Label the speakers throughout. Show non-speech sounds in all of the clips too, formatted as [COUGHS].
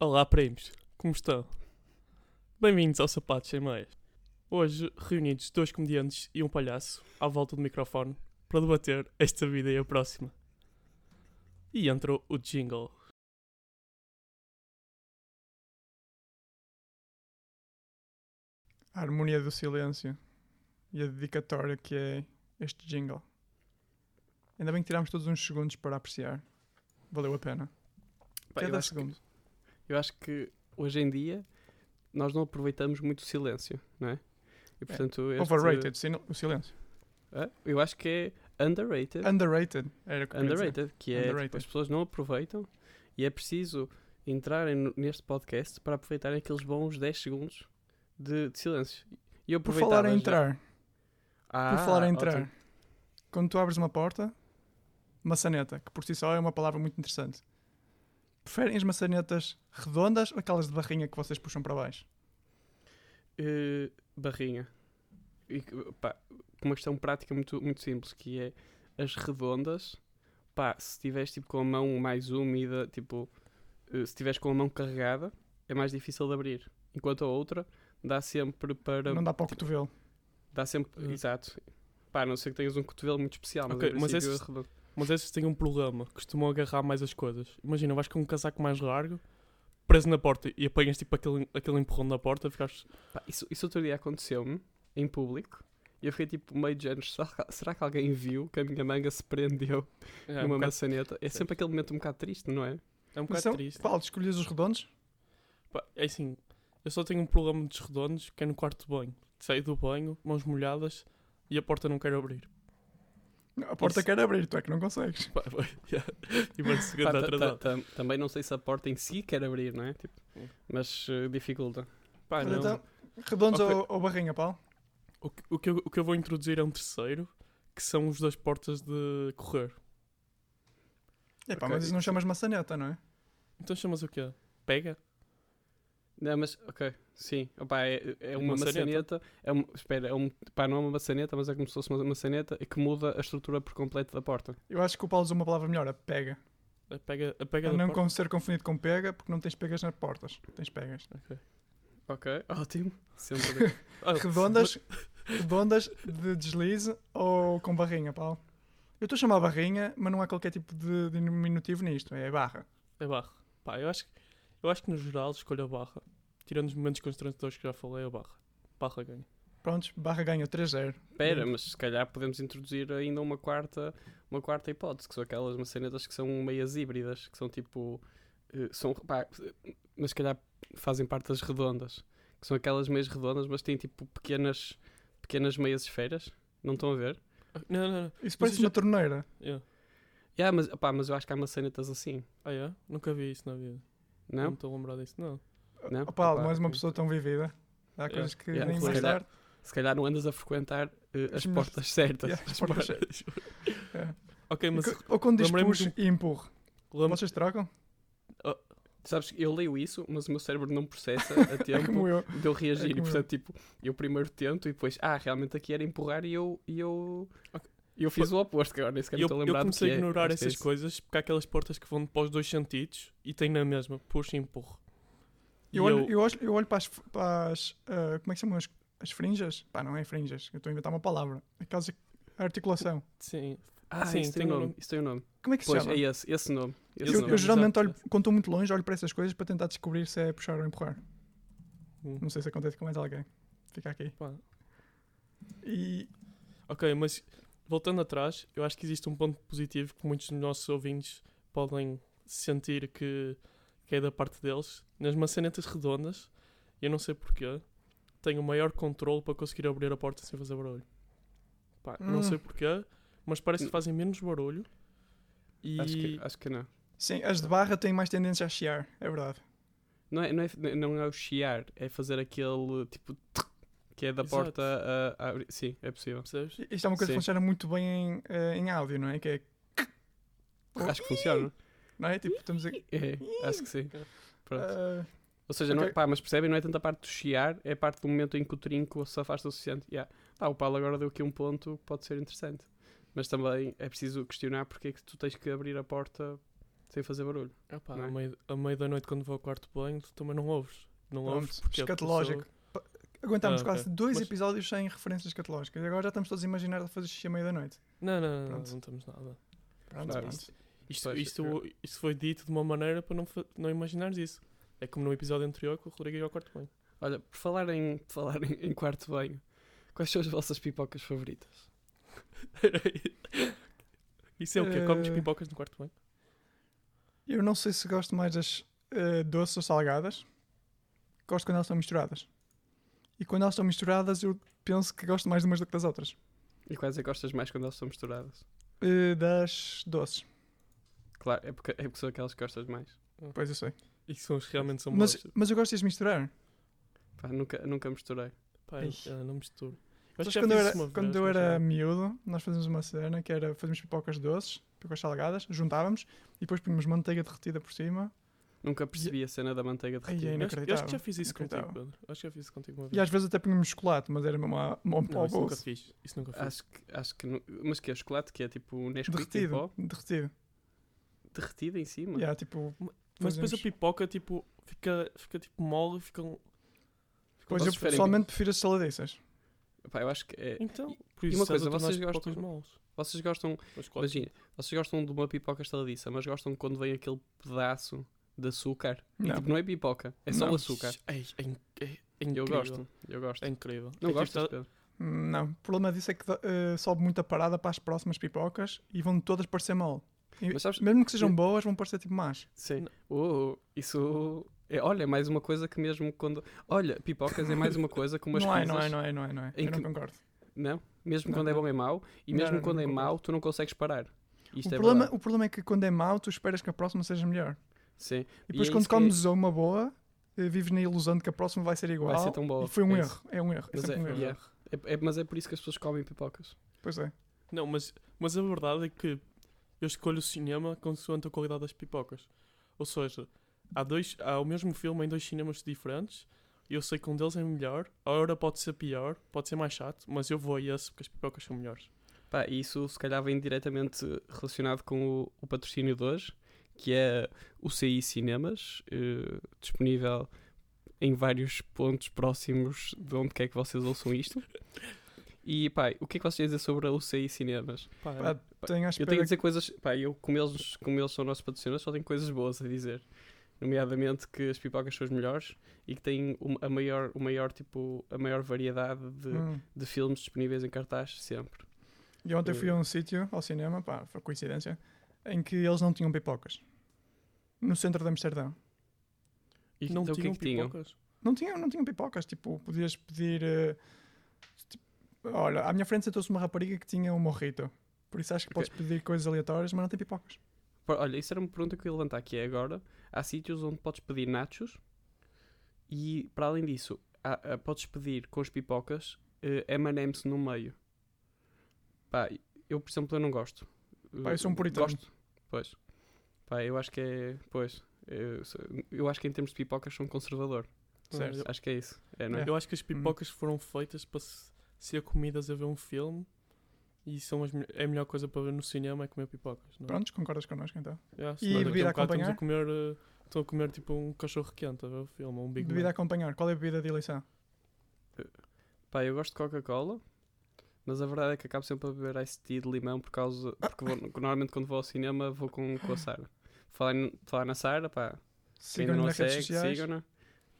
Speaker 1: Olá, primos. Como estão? Bem-vindos ao Sapatos Sem Meias. Hoje, reunidos dois comediantes e um palhaço à volta do microfone para debater esta vida e a próxima. E entrou o jingle.
Speaker 2: A harmonia do silêncio e a dedicatória que é este jingle. Ainda bem que tirámos todos uns segundos para apreciar. Valeu a pena.
Speaker 3: Pá, eu,
Speaker 2: Cada
Speaker 3: acho que,
Speaker 2: segundo.
Speaker 3: eu acho que hoje em dia nós não aproveitamos muito o silêncio, não é? E portanto. este-
Speaker 2: Overrated, sino- o silêncio.
Speaker 3: Hã? eu acho que é underrated.
Speaker 2: Underrated. Era o que eu queria dizer.
Speaker 3: underrated, que é tipo,
Speaker 2: Underrated.
Speaker 3: as pessoas não aproveitam e é preciso entrarem no- neste podcast para aproveitarem aqueles bons 10 segundos de, de silêncio. E eu
Speaker 2: Por falar
Speaker 3: aproveitava
Speaker 2: a
Speaker 3: já-
Speaker 2: entrar,
Speaker 3: né? Ah,
Speaker 2: por falar a entrar.
Speaker 3: ótimo.
Speaker 2: Quando tu abres uma porta, maçaneta, que por si só é uma palavra muito interessante. Preferem as maçanetas redondas ou aquelas de barrinha que vocês puxam para baixo?
Speaker 3: Eh, barrinha. E, que, pá, uma questão prática muito, muito simples, que é as redondas. Pá, se tiveres tipo, com a mão mais úmida, tipo, eh, se tiveres com a mão carregada, é mais difícil de abrir. Enquanto a outra dá sempre para.
Speaker 2: Não dá para o cotovelo.
Speaker 3: Dá sempre.
Speaker 1: Eh.
Speaker 3: Exato. Pá, a não ser que tenhas um cotovelo muito especial, mas,
Speaker 1: Ok,
Speaker 3: em
Speaker 1: mas
Speaker 3: princípio
Speaker 1: esses-
Speaker 3: é redondo.
Speaker 1: Mas esses têm um problema, costumam agarrar mais as coisas. Imagina, vais com um casaco mais largo, preso na porta e apanhas tipo aquele, aquele empurrão na porta, ficas.
Speaker 3: Pá, isso, isso outro dia aconteceu-me em público. E eu fiquei tipo meio de género, será, que- será que alguém viu que a minha manga se prendeu
Speaker 1: É,
Speaker 3: numa
Speaker 1: um bocado,
Speaker 3: maçaneta? É sempre aquele momento um bocado triste, não
Speaker 1: é
Speaker 3: é?
Speaker 1: um
Speaker 2: Mas
Speaker 1: bocado
Speaker 2: são-
Speaker 1: triste.
Speaker 2: Qual? Escolhias os redondos?
Speaker 1: Pá, é assim, eu só tenho um problema dos redondos que é no quarto de banho. Saio do banho, mãos molhadas e a porta não quero abrir.
Speaker 2: Não, A porta
Speaker 1: Isso-
Speaker 2: quer abrir, tu é que não consegues.
Speaker 1: Pá, vai, [LAUGHS] já. e vou
Speaker 3: Pá,
Speaker 1: segundo
Speaker 3: ta- ta-
Speaker 1: tá atrasado.
Speaker 3: tam- também não sei se a porta em si quer abrir, não é? Tipo,
Speaker 1: Hum.
Speaker 3: mas eh, dificulta.
Speaker 1: Pá,
Speaker 2: Mas
Speaker 1: não.
Speaker 2: então, redondos
Speaker 1: Ok.
Speaker 2: ou, ou barrinha, Paulo?
Speaker 1: O, que, o, que eu, o que eu vou introduzir é um terceiro, que são os das portas de correr.
Speaker 2: Epá,
Speaker 3: Ok.
Speaker 2: mas isso não chamas maçaneta, não é?
Speaker 1: Então chamas o quê? Pega?
Speaker 3: Não, mas, ok, sim. Opá, é, é uma
Speaker 1: Tipo Maçaneta.
Speaker 3: maçaneta. É um, espera, é um, pá, não é uma maçaneta, mas é como se fosse uma maçaneta e que muda a estrutura por completo da porta.
Speaker 2: Eu acho que o Paulo usou uma palavra melhor, a pega.
Speaker 1: A pega, a pega da
Speaker 2: Para não
Speaker 1: porta?
Speaker 2: con- ser confundido com pega, porque não tens pegas nas portas. Tens pegas.
Speaker 3: Ok, ótimo. Sempre.
Speaker 1: Ah,
Speaker 2: Redondas, redondas de deslize ou com barrinha, Paulo? Eu estou a chamar barrinha, mas não há qualquer tipo de diminutivo nisto. É barra.
Speaker 1: É barra. Pá, eu acho, que- eu acho que no geral escolho a barra. Tirando os momentos constrangedores que já falei, a barra. Barra ganha.
Speaker 2: Prontos, barra ganha 3-0.
Speaker 3: Espera,
Speaker 2: Uhum.
Speaker 3: mas se calhar podemos introduzir ainda uma quarta, uma quarta hipótese, que são aquelas maçanetas que são meias híbridas, que são tipo. eh, são, pá, eh, mas se calhar fazem parte das redondas, que são aquelas meias redondas, mas têm tipo pequenas, pequenas meias esferas. Não estão a ver?
Speaker 1: Ah, Não, não, não.
Speaker 2: Isso parece
Speaker 1: isso já-
Speaker 2: uma torneira.
Speaker 1: É.
Speaker 3: Ah, mas, opá, mas eu acho que há maçanetas assim,
Speaker 1: Ah, é? Nunca vi isso na vida. Não me
Speaker 3: não?
Speaker 1: estou a lembrar disso,
Speaker 2: [LAUGHS]
Speaker 1: não.
Speaker 3: Não?
Speaker 2: Oh, Paulo,
Speaker 3: Opa,
Speaker 2: Hum, mais uma
Speaker 3: ok.
Speaker 2: pessoa tão vivida. Há
Speaker 1: Yeah.
Speaker 2: coisas que
Speaker 3: Yeah,
Speaker 2: nem
Speaker 3: se
Speaker 2: mais
Speaker 3: calhar-
Speaker 2: tarde.
Speaker 3: Se calhar não andas a frequentar eh, as
Speaker 2: As melhores-
Speaker 3: portas certas.
Speaker 1: [LAUGHS]
Speaker 2: Yeah, as portas cheias.
Speaker 1: ok, tá- mas
Speaker 2: E co- Ou quando diz
Speaker 1: lembrei-me um
Speaker 2: push e empurro.
Speaker 1: lembra-
Speaker 2: Vocês trocam?
Speaker 3: Sabes, que eu leio isso, mas o meu cérebro não
Speaker 2: [LAUGHS]
Speaker 3: processa a
Speaker 1: um
Speaker 2: É
Speaker 3: tempo
Speaker 2: como eu.
Speaker 3: de eu reagir.
Speaker 2: como
Speaker 3: e
Speaker 2: eu.
Speaker 3: portanto, tipo, eu primeiro tento e depois, ah, realmente aqui era empurrar e eu. E eu, e eu fiz o oposto, que agora nem sequer me
Speaker 1: eu,
Speaker 3: estou a
Speaker 1: eu
Speaker 3: lembrar do
Speaker 1: comecei
Speaker 3: que
Speaker 1: a
Speaker 3: é.
Speaker 1: ignorar
Speaker 3: Mas é
Speaker 1: essas
Speaker 3: isso.
Speaker 1: coisas porque há aquelas portas que vão para os dois sentidos e tem na mesma, puxa e empurro. E
Speaker 2: Eu, olho, eu, olho, eu olho para as. Para as ah, como é que se chamam? As, as frinjas? Pá, não é frinjas. Eu estou a inventar uma palavra. Aquelas. A articulação.
Speaker 1: Sim,
Speaker 3: Ah,
Speaker 1: Sim,
Speaker 3: isso tem
Speaker 1: tem
Speaker 3: um
Speaker 1: um
Speaker 3: nome.
Speaker 1: nome.
Speaker 3: Isso tem um nome.
Speaker 2: Como é que se
Speaker 3: Pois,
Speaker 2: chama?
Speaker 3: é esse, esse nome. Esse
Speaker 1: Eu-
Speaker 2: eu,
Speaker 3: nome.
Speaker 2: eu geralmente olho,
Speaker 1: Exato.
Speaker 2: quando estou muito longe, olho para essas coisas para tentar descobrir se é puxar ou empurrar.
Speaker 1: Hum.
Speaker 2: Não sei se acontece com mais alguém. Fica aqui.
Speaker 1: pá.
Speaker 2: E
Speaker 1: Ok, mas voltando atrás, eu acho que existe um ponto positivo que muitos dos nossos ouvintes podem sentir que, que é da parte deles. Nas maçanetas redondas, eu não sei porquê, tenho o maior controle para conseguir abrir a porta sem fazer barulho. Pá, Não
Speaker 2: Hum.
Speaker 1: sei porquê, mas parece que fazem menos barulho. E
Speaker 3: Hum. Acho que, acho que não.
Speaker 2: sim, as de barra têm mais tendência a chiar, é verdade.
Speaker 3: Não é, não, é, não é o chiar, é fazer aquele tipo. tuc, que é da
Speaker 1: Exato.
Speaker 3: porta a, a abrir. Sim, é possível.
Speaker 1: percebes?
Speaker 2: I- Isto é uma coisa
Speaker 3: Sim.
Speaker 2: que funciona muito bem em, eh, em áudio, não é? Que é, Oh.
Speaker 3: Acho que funciona.
Speaker 2: não é? Tipo, estamos aqui.
Speaker 3: É, acho que sim. Pronto.
Speaker 2: ah,
Speaker 3: Ou seja, não é-
Speaker 2: Ok.
Speaker 3: pá, mas percebem, não é tanta parte do chiar, é a parte do momento em que o trinco se afasta o suficiente. Yeah. Pá, o Paulo agora deu aqui um ponto que pode ser interessante. Mas também é preciso questionar porque é que tu tens que abrir a porta sem fazer barulho.
Speaker 1: Ah pá,
Speaker 3: Não é?
Speaker 1: a, meio, a meio da noite quando vou ao quarto de banho, tu também não ouves. Não ouves Um
Speaker 2: Pronto,
Speaker 1: porque é a
Speaker 2: escatológico.
Speaker 1: pessoa-
Speaker 2: Pa- Aguentámos
Speaker 1: Ah, ok.
Speaker 2: quase dois
Speaker 1: Mas-
Speaker 2: episódios sem referências escatológicas. E agora já estamos todos a imaginar a fazer xixi à meia-da-noite.
Speaker 1: Não, não, não, não,
Speaker 2: Pronto.
Speaker 1: não estamos nada.
Speaker 2: Pronto,
Speaker 3: Claro.
Speaker 2: pronto.
Speaker 1: Isto,
Speaker 3: Pois,
Speaker 1: isto, isto foi dito de uma maneira para não, fa- não imaginares isso. É como no episódio anterior que o Rodrigo ia ao quarto de banho.
Speaker 3: Olha, por falar em, por falar em, em quarto de banho, quais são as vossas pipocas favoritas?
Speaker 1: [LAUGHS] isso é o quê?
Speaker 2: Eh,
Speaker 1: Comes pipocas no quarto de banho?
Speaker 2: Eu não sei se gosto mais das eh, doces ou salgadas. Gosto quando elas estão misturadas. E quando elas estão misturadas, eu penso que gosto mais de umas do que das outras.
Speaker 3: E quais é que gostas mais quando elas são misturadas?
Speaker 2: Eh, das doces,
Speaker 3: Claro, é porque, é porque são aquelas que gostas mais.
Speaker 2: pois eu sei.
Speaker 1: Isso são os que realmente são
Speaker 2: Mas,
Speaker 1: boas.
Speaker 2: mas eu gosto de as misturar.
Speaker 3: Pá, nunca, nunca misturei.
Speaker 1: Pá,
Speaker 2: Ei.
Speaker 1: eu não misturo. Eu acho
Speaker 2: Mas
Speaker 1: que já
Speaker 2: quando eu
Speaker 1: fiz
Speaker 2: era,
Speaker 1: isso uma
Speaker 2: quando
Speaker 1: vez,
Speaker 2: eu
Speaker 1: mas
Speaker 2: era
Speaker 1: já-
Speaker 2: miúdo, nós fazíamos uma cena que era fazíamos pipocas doces, pipocas salgadas, juntávamos e depois punhamos manteiga derretida por cima.
Speaker 3: Nunca percebi a cena da manteiga
Speaker 2: Ai, é
Speaker 3: derretida.
Speaker 2: ai,
Speaker 1: Eu acho, eu acho que já
Speaker 2: inacreditável,
Speaker 1: fiz isso contigo,
Speaker 2: inacreditável.
Speaker 1: Pedro. Acho que já fiz isso contigo uma vez.
Speaker 2: E às vezes até punhamos chocolate, mas era mesmo a- um
Speaker 1: não,
Speaker 2: pó
Speaker 1: isso nunca
Speaker 2: bolso. Ah,
Speaker 1: fiz. Isso nunca fiz.
Speaker 3: Acho que, acho que nu- mas que é chocolate que é tipo Nesquik em
Speaker 2: Derretido,
Speaker 3: pó,
Speaker 2: derretido.
Speaker 3: derretido em cima.
Speaker 2: Yeah, tipo,
Speaker 1: Mas depois a
Speaker 2: fazemos.
Speaker 1: pipoca, tipo, fica, fica tipo mole, fica um...
Speaker 2: Pois
Speaker 3: vocês
Speaker 2: eu
Speaker 3: preferem-
Speaker 2: pessoalmente prefiro as saladiças.
Speaker 3: Pá, eu acho que é-
Speaker 1: Então,
Speaker 3: e-
Speaker 1: por
Speaker 3: e
Speaker 1: isso
Speaker 3: uma
Speaker 1: estás a
Speaker 3: coisa,
Speaker 1: tornar as
Speaker 3: vocês
Speaker 1: pipocas
Speaker 3: gostam-
Speaker 1: moles.
Speaker 3: vocês gostam,
Speaker 1: Mas claro,
Speaker 3: imagina, vocês gostam de uma pipoca estaladiça, mas gostam quando vem aquele pedaço de açúcar. E,
Speaker 2: Não.
Speaker 3: tipo, não é pipoca, é só
Speaker 2: Não.
Speaker 3: o açúcar.
Speaker 1: É, é in- é- é
Speaker 3: Eu
Speaker 1: incrível.
Speaker 3: gosto, eu gosto.
Speaker 1: É incrível.
Speaker 3: Não
Speaker 1: é
Speaker 3: gostas,
Speaker 1: Tipo,
Speaker 3: Pedro?
Speaker 2: Hum, Não, o problema disso é que eh, sobe muita parada para as próximas pipocas e vão todas parecer mal. E-
Speaker 3: Mas sabes-
Speaker 2: mesmo que sejam
Speaker 3: eu-
Speaker 2: boas, vão parecer tipo más.
Speaker 3: Sim. Oh, isso é, olha, é mais uma coisa que mesmo quando. Olha, pipocas é mais uma coisa que
Speaker 2: [LAUGHS]
Speaker 3: umas
Speaker 2: não é,
Speaker 3: coisas.
Speaker 2: não é, não é, não é, não é.
Speaker 3: em
Speaker 2: Eu
Speaker 3: que-
Speaker 2: não concordo.
Speaker 3: Não? Mesmo
Speaker 2: Não,
Speaker 3: quando é
Speaker 2: não.
Speaker 3: bom é mau, e
Speaker 2: Não,
Speaker 3: mesmo
Speaker 2: não, não
Speaker 3: quando é
Speaker 2: concordo.
Speaker 3: mau, tu não consegues parar.
Speaker 2: O
Speaker 3: Isto é
Speaker 2: problema,
Speaker 3: verdade.
Speaker 2: o problema é que quando é mau, tu esperas que a próxima seja melhor.
Speaker 3: Sim.
Speaker 2: E depois
Speaker 3: é
Speaker 2: quando
Speaker 3: isso que é-
Speaker 2: comes uma boa, eh, vives na ilusão de que a próxima vai ser igual.
Speaker 3: Vai ser tão boa.
Speaker 2: E foi um
Speaker 3: é isso.
Speaker 2: erro, é um erro. É
Speaker 3: Mas é,
Speaker 2: sempre um erro.
Speaker 3: yeah. É- é- mas é por isso que as pessoas comem pipocas.
Speaker 2: Pois é.
Speaker 1: Não, mas, mas a verdade é que eu escolho o cinema consoante a qualidade das pipocas. Ou seja, há, dois, há o mesmo filme em dois cinemas diferentes e eu sei que um deles é melhor. A hora pode ser pior, pode ser mais chato, mas eu vou a esse porque as pipocas são melhores.
Speaker 3: Pá, e isso se calhar vem diretamente relacionado com o, o patrocínio de hoje, que é o CI Cinemas, eh, disponível em vários pontos próximos de onde quer que vocês ouçam isto. E pá, o que é que vocês têm a dizer sobre o CI Cinemas?
Speaker 1: Pá,
Speaker 2: Pá, tenho à
Speaker 3: Eu
Speaker 2: espera
Speaker 3: tenho a dizer coisas, pá, eu como eles, como eles são nossos patrocinadores, só tenho coisas boas a dizer. Nomeadamente que as pipocas são as melhores e que têm um- a maior, o maior tipo, a maior variedade de,
Speaker 2: Hum.
Speaker 3: de filmes disponíveis em cartaz sempre.
Speaker 2: E ontem fui a
Speaker 3: Eh.
Speaker 2: um sítio, ao cinema, pá, foi coincidência, em que eles não tinham pipocas. No centro de Amsterdão.
Speaker 3: E
Speaker 1: não
Speaker 3: então, o que é
Speaker 1: tinham
Speaker 3: que tinham?
Speaker 1: pipocas.
Speaker 2: Não tinham, não tinham pipocas, tipo, podias pedir... eh, tipo, olha, à minha frente sentou-se uma rapariga que tinha um morrito. Por isso acho que
Speaker 3: Ok.
Speaker 2: podes pedir coisas aleatórias, mas não tem pipocas.
Speaker 3: Pá, Olha, isso era uma pergunta que eu ia levantar aqui agora. Há sítios onde podes pedir nachos e, para além disso, há- há- podes pedir com as pipocas eh, M&M's no meio. Pá, eu, por exemplo, eu não gosto. Eh,
Speaker 2: Pá, eu sou um puritano.
Speaker 3: Gosto, pois. Pá, eu acho que é... Pois. Eu, sou- eu acho que em termos de pipocas sou um conservador.
Speaker 2: Certo.
Speaker 1: Eu-
Speaker 3: Acho que é isso. É, não é?
Speaker 1: Eu acho que as pipocas
Speaker 2: Hum.
Speaker 1: foram feitas para se- ser comidas a ver um filme e são as, me- é a melhor coisa para ver no cinema é comer pipocas. Não é?
Speaker 2: Prontos, concordas connosco então?
Speaker 1: Yeah,
Speaker 2: E bebida a
Speaker 1: Estamos a
Speaker 2: acompanhar?
Speaker 1: comer, eh, estão a comer tipo um cachorro quente a ver o filme, ou um Big
Speaker 2: bebida a
Speaker 1: Mac.
Speaker 2: acompanhar, qual é a bebida de eleição?
Speaker 3: Pá, eu gosto de Coca-Cola, mas a verdade é que acabo sempre a beber ice tea de limão por causa.
Speaker 2: [COUGHS]
Speaker 3: Porque vou- normalmente quando vou ao cinema vou com, com a Sara. Falar, n- falar na Sara, pá, quem ainda
Speaker 2: Sigam-nos
Speaker 3: não a
Speaker 2: nas redes
Speaker 3: segue,
Speaker 2: sociais.
Speaker 3: sigam-na.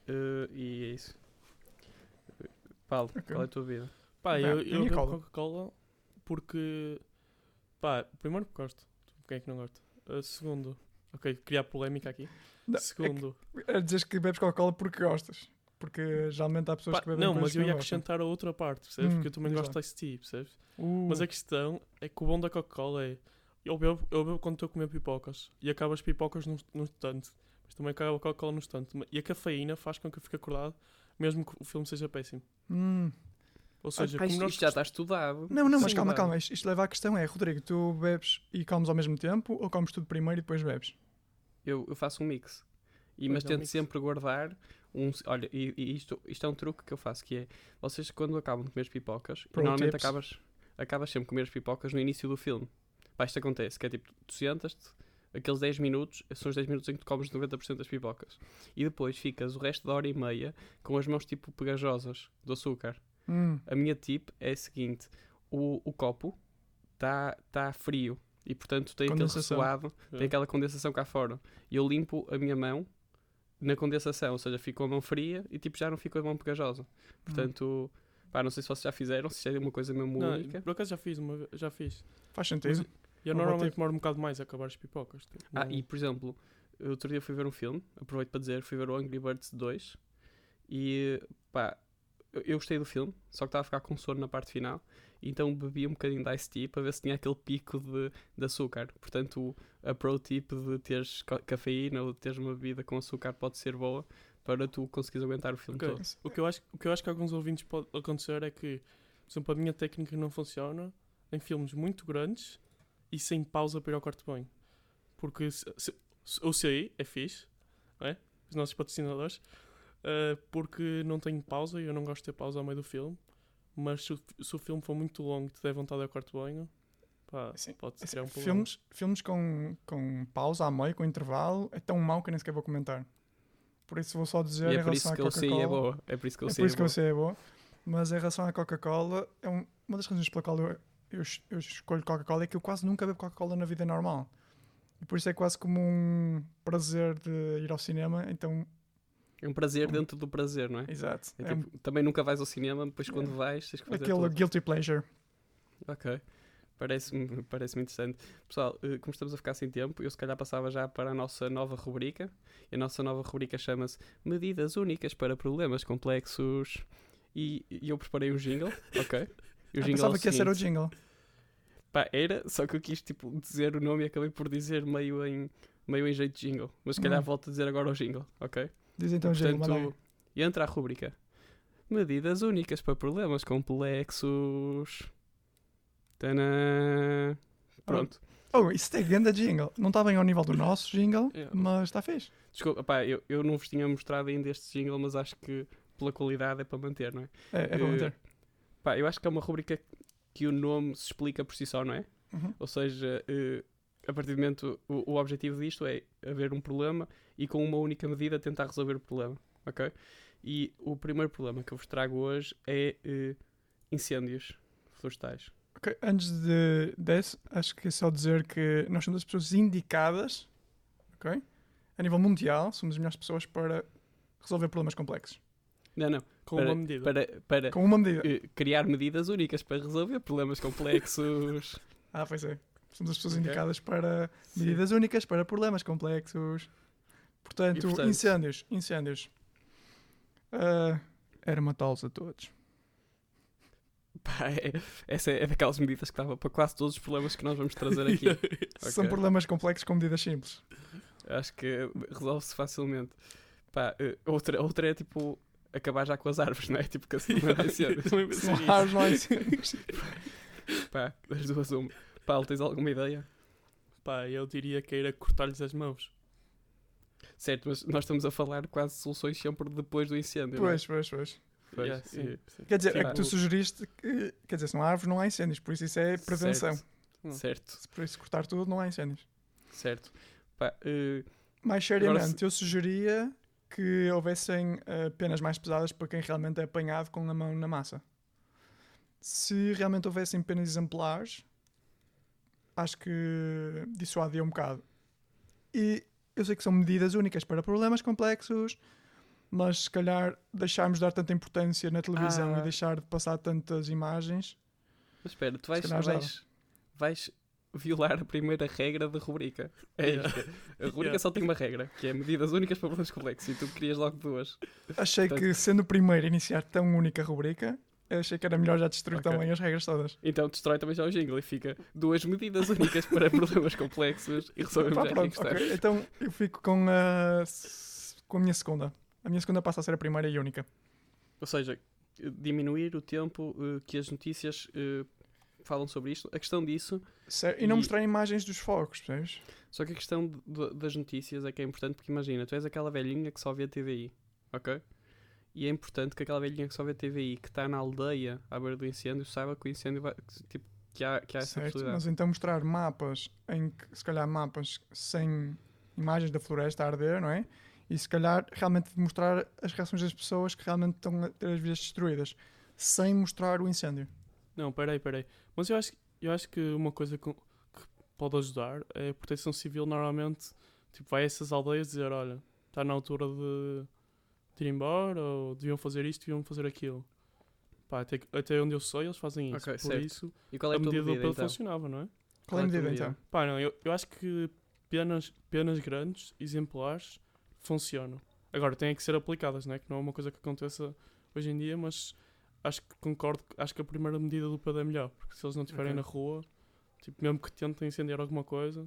Speaker 3: Eh, e é isso. Eh, Paulo,
Speaker 2: Ok.
Speaker 3: qual é a tua vida?
Speaker 1: Pá, eu, eu
Speaker 2: Não, Ah, a minha
Speaker 1: bebo
Speaker 2: cola.
Speaker 1: Coca-Cola porque. Pá, primeiro porque gosto. Quem é que não gosta? Eh, segundo. Ok, criar polémica aqui.
Speaker 2: Não, é que-
Speaker 1: segundo.
Speaker 2: É dizes que bebes Coca-Cola porque gostas. Porque eh, geralmente há pessoas
Speaker 1: Pá,
Speaker 2: que bebem
Speaker 1: não,
Speaker 2: coisas
Speaker 1: mas
Speaker 2: que
Speaker 1: eu ia
Speaker 2: gostam.
Speaker 1: acrescentar a outra parte, percebes?
Speaker 2: Hum,
Speaker 1: porque eu também
Speaker 2: diz
Speaker 1: gosto
Speaker 2: lá.
Speaker 1: de Ice Tea, percebes?
Speaker 2: Uh,
Speaker 3: Hum.
Speaker 1: Mas a questão é que o bom da Coca-Cola é. Eu bebo, eu bebo quando estou a comer pipocas e acabo as pipocas num, num estante, mas também acaba a Coca-Cola num estante. E a cafeína faz com que eu fique acordado, mesmo que o filme seja péssimo.
Speaker 2: hum.
Speaker 1: Ou seja,
Speaker 3: Ah,
Speaker 1: como
Speaker 3: isto,
Speaker 1: nós
Speaker 3: isto já está estudado.
Speaker 2: Não, não, mas
Speaker 3: Sim,
Speaker 2: calma,
Speaker 3: claro.
Speaker 2: calma. Isto, isto leva à questão é, Rodrigo, tu bebes e comes ao mesmo tempo ou comes tudo primeiro e depois bebes?
Speaker 3: Eu, eu faço um mix. E,
Speaker 1: Pois
Speaker 3: mas
Speaker 1: é, um
Speaker 3: tento
Speaker 1: mix.
Speaker 3: sempre guardar um. Olha, e, e isto, isto é um truque que eu faço, que é vocês quando acabam de comer as pipocas, e
Speaker 2: Pro
Speaker 3: normalmente
Speaker 2: tips.
Speaker 3: acabas, acabas sempre de comer as pipocas no início do filme. Pá, isto acontece, que é tipo, tu sentas-te, aqueles 10 minutos são os 10 minutos em que tu comes 90% das pipocas. E depois ficas o resto da hora e meia com as mãos tipo pegajosas do açúcar.
Speaker 2: Hum.
Speaker 3: A minha tip é a seguinte: o, o copo está tá frio e, portanto, tem aquele
Speaker 2: Condensação.
Speaker 3: ressoado, tem
Speaker 1: É.
Speaker 3: aquela condensação cá fora. E eu limpo a minha mão na condensação, ou seja, fico a mão fria e tipo já não fico a mão pegajosa. Portanto, pá, não sei se vocês já fizeram, se já é uma coisa mesmo
Speaker 1: Não,
Speaker 3: única.
Speaker 1: por acaso já fiz, uma, ve- já fiz.
Speaker 2: Faz sentido.
Speaker 1: E eu
Speaker 2: Não vou
Speaker 1: normalmente
Speaker 2: ter-
Speaker 1: demoro um bocado mais a acabar as pipocas. tipo,
Speaker 3: Ah,
Speaker 2: Uhum.
Speaker 1: não-
Speaker 3: e por exemplo, outro dia fui ver um filme, aproveito para dizer, fui ver o Angry Birds 2 e pá, eu- eu gostei do filme, só que estava a ficar com sono na parte final, então bebi um bocadinho de ice tea para ver se tinha aquele pico de, de açúcar. Portanto, a pro tip de teres ca- cafeína ou de teres uma bebida com açúcar pode ser boa para tu conseguires aguentar o filme
Speaker 1: Ok.
Speaker 3: todo.
Speaker 1: O que, eu acho, o que eu acho que alguns ouvintes pode acontecer é que, por exemplo, a minha técnica não funciona em filmes muito grandes e sem pausa para ir ao quarto de banho. Porque se, se, se- eu sei, é fixe, não é? os nossos patrocinadores, ah, porque não tenho pausa e eu não gosto de ter pausa ao meio do filme. Mas se, o- se o filme for muito longo e te der vontade de ir ao quarto de banho, pá,
Speaker 2: Assim,
Speaker 1: pode
Speaker 2: Assim,
Speaker 1: ser um problema.
Speaker 2: filmes filmes com, com pausa à meio, com intervalo, é tão mau que eu nem sequer vou comentar. Por isso vou só dizer
Speaker 3: E
Speaker 2: em
Speaker 3: é por
Speaker 2: relação
Speaker 3: isso
Speaker 2: à
Speaker 3: que eu sei é
Speaker 2: Coca-Cola.
Speaker 3: boa. É por isso que eu
Speaker 2: É
Speaker 3: sei
Speaker 2: por
Speaker 3: é
Speaker 2: isso que eu
Speaker 3: boa.
Speaker 2: sei é boa. Mas em relação à Coca-Cola, é um- uma das razões pela qual eu, eu, es- eu escolho Coca-Cola é que eu quase nunca bebo Coca-Cola na vida normal. E por isso é quase como um prazer de ir ao cinema. Então,
Speaker 3: É um prazer dentro do prazer, não é?
Speaker 2: exato.
Speaker 3: É
Speaker 2: É, um-
Speaker 3: tipo, também nunca vais ao cinema, depois
Speaker 2: É.
Speaker 3: quando vais tens que fazer
Speaker 2: aquele
Speaker 3: tudo.
Speaker 2: guilty pleasure.
Speaker 3: Ok. Parece-me parece interessante. Pessoal, eh, como estamos a ficar sem tempo, eu se calhar passava já para a nossa nova rubrica. E a nossa nova rubrica chama-se Medidas Únicas para Problemas Complexos. E, e eu preparei um jingle,
Speaker 2: [LAUGHS]
Speaker 3: ok? E
Speaker 2: Eu
Speaker 3: o jingle é o
Speaker 2: Ah, pensava que ia ser o
Speaker 3: seguinte.
Speaker 2: jingle.
Speaker 3: Pá, era, só que eu quis tipo, dizer o nome e acabei por dizer meio em, meio em jeito de jingle. Mas se calhar
Speaker 2: Hum.
Speaker 3: volto a dizer agora o jingle, ok?
Speaker 2: Diz então o jingle. manda aí.
Speaker 3: Portanto, entra a rubrica. Medidas únicas para problemas complexos. Tanã. Pronto.
Speaker 2: Oh, isso é grande jingle. Não está bem ao nível do nosso jingle,
Speaker 1: Yeah.
Speaker 2: mas está fixe.
Speaker 3: Desculpa, pá, eu, eu não vos tinha mostrado ainda este jingle, mas acho que pela qualidade é para manter, não é?
Speaker 2: É, é para
Speaker 3: Eh,
Speaker 2: manter.
Speaker 3: Pá, eu acho que é uma rubrica que o nome se explica por si só, não é?
Speaker 2: Uhum.
Speaker 3: Ou seja, eh, a partir do momento, o, o objetivo disto é haver um problema e com uma única medida tentar resolver o problema, ok? E o primeiro problema que eu vos trago hoje é eh, incêndios florestais.
Speaker 2: Ok, Antes de desse, acho que é só dizer que nós somos as pessoas indicadas, ok? A nível mundial, somos as melhores pessoas para resolver problemas complexos.
Speaker 3: Não, não,
Speaker 1: Com
Speaker 3: Para-
Speaker 1: uma medida.
Speaker 3: para, para
Speaker 2: Com uma medida.
Speaker 3: eh, criar medidas únicas para resolver problemas complexos.
Speaker 2: Ah, pois é. Somos as pessoas
Speaker 3: Ok.
Speaker 2: indicadas para medidas únicas para problemas complexos. Portanto,
Speaker 3: E, portanto-
Speaker 2: incêndios, incêndios. Ah, era matá-los a todos.
Speaker 3: Pá, é- essa é daquelas medidas que estava para quase todos os problemas que nós vamos trazer aqui.
Speaker 1: [LAUGHS]
Speaker 2: São
Speaker 3: Ok.
Speaker 2: problemas complexos com medidas simples.
Speaker 3: Acho que resolve-se facilmente. Pá, eh, outra, outra é tipo acabar já com as árvores, não é? Tipo que assim não vai ser.
Speaker 1: Também pensei
Speaker 2: São
Speaker 1: nisso.
Speaker 2: raros, não há incêndios.
Speaker 3: Pá, das duas uma. Paulo, tens alguma ideia?
Speaker 1: Pá, eu diria que era cortar-lhes as mãos.
Speaker 3: Certo, mas nós estamos a falar quase soluções sempre depois do incêndio. não é?
Speaker 2: Pois, pois, pois.
Speaker 3: Pois, eh,
Speaker 1: Yeah,
Speaker 3: e-
Speaker 1: sim, sim.
Speaker 2: Quer dizer, é
Speaker 3: Sim,
Speaker 2: que tu
Speaker 1: o-
Speaker 2: sugeriste que, quer dizer, se não há árvores, não há incêndios, por isso isso é prevenção.
Speaker 3: Certo. Certo,
Speaker 2: Se por isso cortar tudo, não há incêndios.
Speaker 3: certo. Pá, eh,
Speaker 2: Mais
Speaker 3: Agora,
Speaker 2: seriamente, eu sugeria que houvessem eh, penas mais pesadas para quem realmente é apanhado com a mão na massa. Se realmente houvessem penas exemplares, acho que dissuadia um bocado. E eu sei que são medidas únicas para problemas complexos, mas se calhar deixarmos de dar tanta importância na televisão
Speaker 3: Ah.
Speaker 2: e deixar de passar tantas imagens
Speaker 3: mas espera, tu vais,
Speaker 2: calhar já
Speaker 3: vais, vais violar a primeira regra da rubrica. É
Speaker 1: Yeah.
Speaker 3: isto. A rubrica
Speaker 1: Yeah.
Speaker 3: só tem uma regra, que é medidas únicas para problemas complexos. E tu querias logo duas.
Speaker 2: Achei
Speaker 3: Portanto-
Speaker 2: que, sendo o primeiro a iniciar tão única rubrica, achei que era melhor já destruir
Speaker 3: Ok.
Speaker 2: também as regras todas.
Speaker 3: Então destrói também já o jingle e fica duas medidas únicas para [LAUGHS] problemas complexos e resolvemos
Speaker 2: Pá,
Speaker 3: já aqui
Speaker 2: pronto,
Speaker 3: que
Speaker 2: ok. Então eu fico com a, s- com a minha segunda. A minha segunda passa a ser a primeira e única.
Speaker 3: Ou seja, eh, diminuir o tempo eh, que as notícias eh, falam sobre isto. A questão disso,
Speaker 2: Se- E não
Speaker 3: E-
Speaker 2: mostrar imagens dos fogos, percebes?
Speaker 3: só que a questão de- de- das notícias é que é importante porque imagina, tu és aquela velhinha que só vê TVI, ok? E é importante que aquela velhinha que só vê TVI, que está na aldeia à beira do incêndio, saiba que o incêndio vai, que, tipo, que há, que há essa
Speaker 2: certo?
Speaker 3: possibilidade.
Speaker 2: Mas então mostrar mapas em que, se calhar, mapas sem imagens da floresta a arder, não é? E se calhar realmente mostrar as reações das pessoas que realmente estão a ter as vidas destruídas, sem mostrar o incêndio.
Speaker 1: Não, peraí, peraí. Mas eu acho, eu acho que uma coisa que, que pode ajudar é a proteção civil normalmente tipo, vai a essas aldeias dizer, olha, está na altura de, de ir embora, ou deviam fazer isto, deviam fazer aquilo. Pá, até, que- até onde eu sei, eles fazem isso.
Speaker 3: Ok,
Speaker 1: Por
Speaker 3: certo.
Speaker 1: isso,
Speaker 3: E qual é
Speaker 1: a
Speaker 3: a tua
Speaker 1: medida do
Speaker 3: medida,
Speaker 1: apelo
Speaker 3: então?
Speaker 1: funcionava, não é?
Speaker 2: Qual é a
Speaker 3: Qual é a tua
Speaker 2: medida
Speaker 3: medida?
Speaker 2: então?
Speaker 1: Pá, não, eu, eu acho que penas, penas grandes, exemplares, funcionam. Agora, têm que ser aplicadas, né? que não é uma coisa que aconteça hoje em dia, mas acho que concordo, que- acho que a primeira medida do PED é melhor, porque se eles não estiverem
Speaker 3: Ok.
Speaker 1: na rua, tipo, mesmo que tentem incendiar alguma coisa,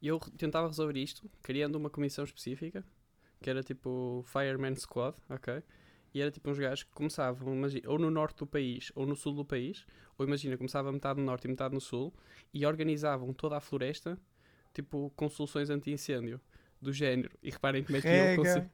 Speaker 3: E eu tentava resolver isto criando uma comissão específica, que era tipo Fireman Squad, ok? E era tipo uns gajos que começavam, imagi- ou no norte do país, ou no sul do país, ou imagina, começava metade no norte e metade no sul, e organizavam toda a floresta, tipo, com soluções anti-incêndio, do género. E reparem como é que eu
Speaker 2: Rega,
Speaker 3: consigo.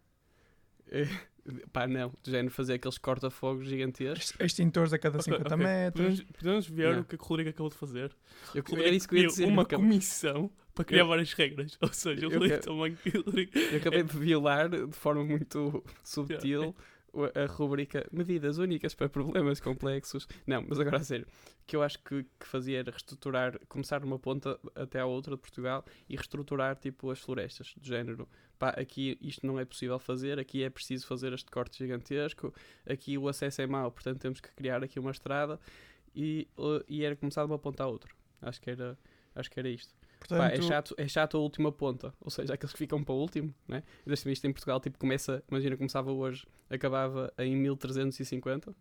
Speaker 3: Pá, não, do género fazer aqueles corta-fogos gigantescos.
Speaker 2: ex- extintores a
Speaker 3: [LAUGHS]
Speaker 2: cada
Speaker 1: Ok,
Speaker 2: 50
Speaker 1: ok.
Speaker 2: metros.
Speaker 1: Podemos, podemos ver
Speaker 3: Yeah.
Speaker 1: o que a Rodrigo acabou de fazer.
Speaker 3: Eu,
Speaker 1: O
Speaker 3: era
Speaker 1: Rodrigo
Speaker 3: isso que eu ia
Speaker 1: criou
Speaker 3: dizer.
Speaker 1: Uma
Speaker 3: eu acabei-
Speaker 1: comissão para criar
Speaker 3: Eu-
Speaker 1: várias regras. Ou seja, o
Speaker 3: Eu
Speaker 1: Rodrigo
Speaker 3: quero-
Speaker 1: também. o Rodrigo- [LAUGHS]
Speaker 3: Eu acabei de violar de forma muito subtil o- a rubrica Medidas Únicas para Problemas Complexos. Não, mas agora a sério. O que eu acho que, que fazia era reestruturar, começar numa ponta até à outra de Portugal e reestruturar tipo as florestas, do género. Pá, aqui isto não é possível fazer, aqui é preciso fazer este corte gigantesco, aqui o acesso é mau, portanto temos que criar aqui uma estrada e, eh, e era começar de uma ponta à outra. Acho que era, acho que era isto.
Speaker 2: Portanto,
Speaker 3: Pá, é, chato, é chato a última ponta, ou seja, aqueles que ficam para o último, né? E Desta vez isto em Portugal, tipo, começa, imagina, começava hoje, acabava em 1350.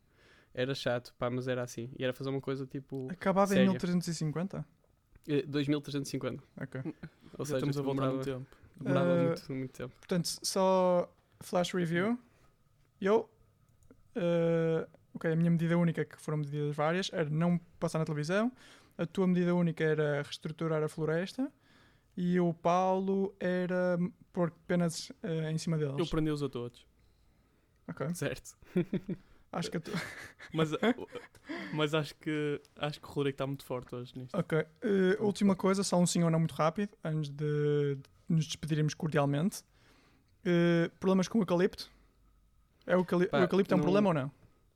Speaker 3: Era chato, pá, mas era assim. E era fazer uma coisa tipo
Speaker 2: acabava em
Speaker 3: sério.
Speaker 2: 1350?
Speaker 3: eh, 2350.
Speaker 2: Ok.
Speaker 1: Já
Speaker 3: Ou seja, tipo,
Speaker 1: estamos a voltar no
Speaker 3: demorava,
Speaker 1: tempo.
Speaker 3: demorava
Speaker 2: Eh,
Speaker 3: muito, muito tempo.
Speaker 2: Portanto, só flash review. Eu. eh, ok, a minha medida única, que foram medidas várias, era não passar na televisão. A tua medida única era reestruturar a floresta. E o Paulo era pôr penas eh, em cima
Speaker 1: Eu
Speaker 2: deles.
Speaker 1: prendi-os a todos.
Speaker 2: Ok.
Speaker 3: Certo.
Speaker 2: Acho que a tu... [LAUGHS]
Speaker 1: Mas, mas acho que acho que o Rodrigo está muito forte hoje nisto.
Speaker 2: Ok. eh, última coisa, só um sim ou não muito rápido, antes de, de nos despedirmos cordialmente. Eh, problemas com o eucalipto? É o, eucali-
Speaker 3: Pá,
Speaker 2: o eucalipto é um
Speaker 3: não-
Speaker 2: problema ou não?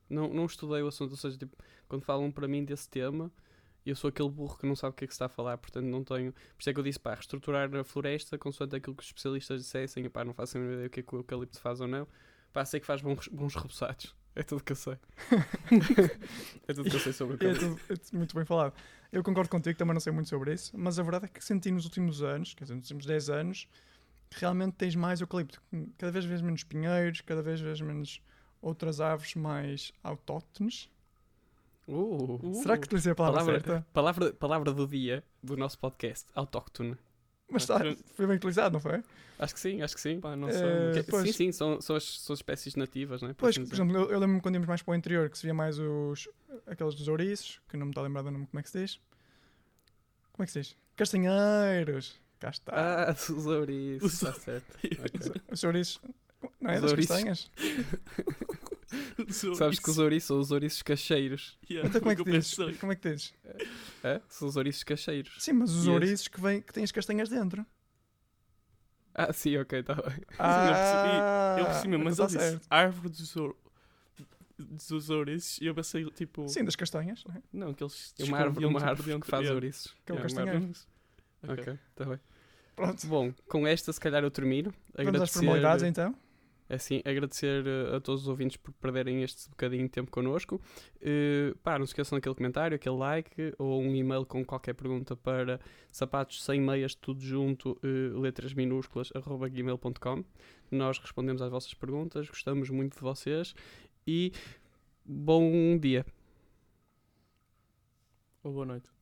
Speaker 3: Não, não estudei o assunto, ou seja, tipo, quando falam para mim desse tema, eu sou aquele burro que não sabe o que é que se está a falar, portanto não tenho. Por isso é que eu disse, pá, reestruturar a floresta consoante aquilo que os especialistas dissessem, e pá, não faço a mínima ideia do que é que o eucalipto faz ou não. Pá, sei que faz bons, bons reboçados. É tudo que eu
Speaker 2: [LAUGHS]
Speaker 3: sei. é tudo que eu sei sobre o
Speaker 2: É
Speaker 3: eucalipto.
Speaker 2: tudo- é tudo muito bem falado. Eu concordo contigo, também não sei muito sobre isso, mas a verdade é que senti nos últimos anos, quer dizer, nos últimos 10 anos, que realmente tens mais eucalipto. Cada vez vês menos pinheiros, cada vez vês menos outras árvores mais autóctones.
Speaker 3: Uh,
Speaker 2: Será que utilizei a palavra,
Speaker 3: palavra,
Speaker 2: certa?
Speaker 3: Palavra, palavra do dia do nosso podcast, autóctone.
Speaker 2: Mas tá, foi bem utilizado, não foi?
Speaker 3: Acho que sim, acho que sim.
Speaker 1: Pá, não
Speaker 2: Eh,
Speaker 1: sei. mas-
Speaker 2: que- pois.
Speaker 3: Sim, sim, são, são, as, são as espécies nativas, não é?
Speaker 2: Pois, por exemplo, eu, eu lembro-me quando íamos mais para o interior que se via mais os, aqueles dos ouriços, que não me está a lembrar do nome, como é que se diz? Como é que se diz? Castanheiros! Cá está.
Speaker 3: Ah, [LAUGHS] sobre isso, está certo. Ok.
Speaker 2: Os Tá. ouriços, não é?
Speaker 3: Os
Speaker 2: das
Speaker 3: ouriços.
Speaker 2: castanhas?
Speaker 1: [LAUGHS] Sou
Speaker 3: Sabes
Speaker 1: isso.
Speaker 3: que os ouriços são os ouriços cacheiros.
Speaker 1: Yeah,
Speaker 2: Então como é que
Speaker 1: eu
Speaker 2: dizes?
Speaker 1: pensei.
Speaker 2: Como é que dizes?
Speaker 3: Hã? São os ouriços cacheiros.
Speaker 2: Sim, mas os
Speaker 3: E
Speaker 2: ouriços que, vêm que têm as castanhas dentro.
Speaker 3: Ah, sim, ok, está bem.
Speaker 1: Eu percebi, mesmo, mas
Speaker 2: então
Speaker 1: ele
Speaker 2: tá
Speaker 1: disse árvore dos, ouro- dos ouriços e eu pensei, tipo,
Speaker 2: Sim, das castanhas, não é?
Speaker 1: não, que eles
Speaker 3: É uma árvore,
Speaker 1: escondiam,
Speaker 3: uma
Speaker 1: tipo,
Speaker 3: árvore que
Speaker 1: dentro-
Speaker 3: faz
Speaker 1: yeah,
Speaker 3: ouriços.
Speaker 2: que é o
Speaker 3: uma
Speaker 2: castanheiro.
Speaker 3: árvore.
Speaker 1: Ok.
Speaker 3: Ok, está bem.
Speaker 2: Pronto.
Speaker 3: Bom, com esta se calhar eu termino.
Speaker 2: Vamos às formalidades então.
Speaker 3: Assim, agradecer eh, a todos os ouvintes por perderem este bocadinho de tempo connosco. Eh, pá, não se esqueçam daquele comentário, aquele like ou um e-mail com qualquer pergunta para sapatos sem meias, tudo junto, eh, letras minúsculas, arroba gmail.com. Nós respondemos às vossas perguntas, gostamos muito de vocês e bom dia.
Speaker 1: Ou boa noite.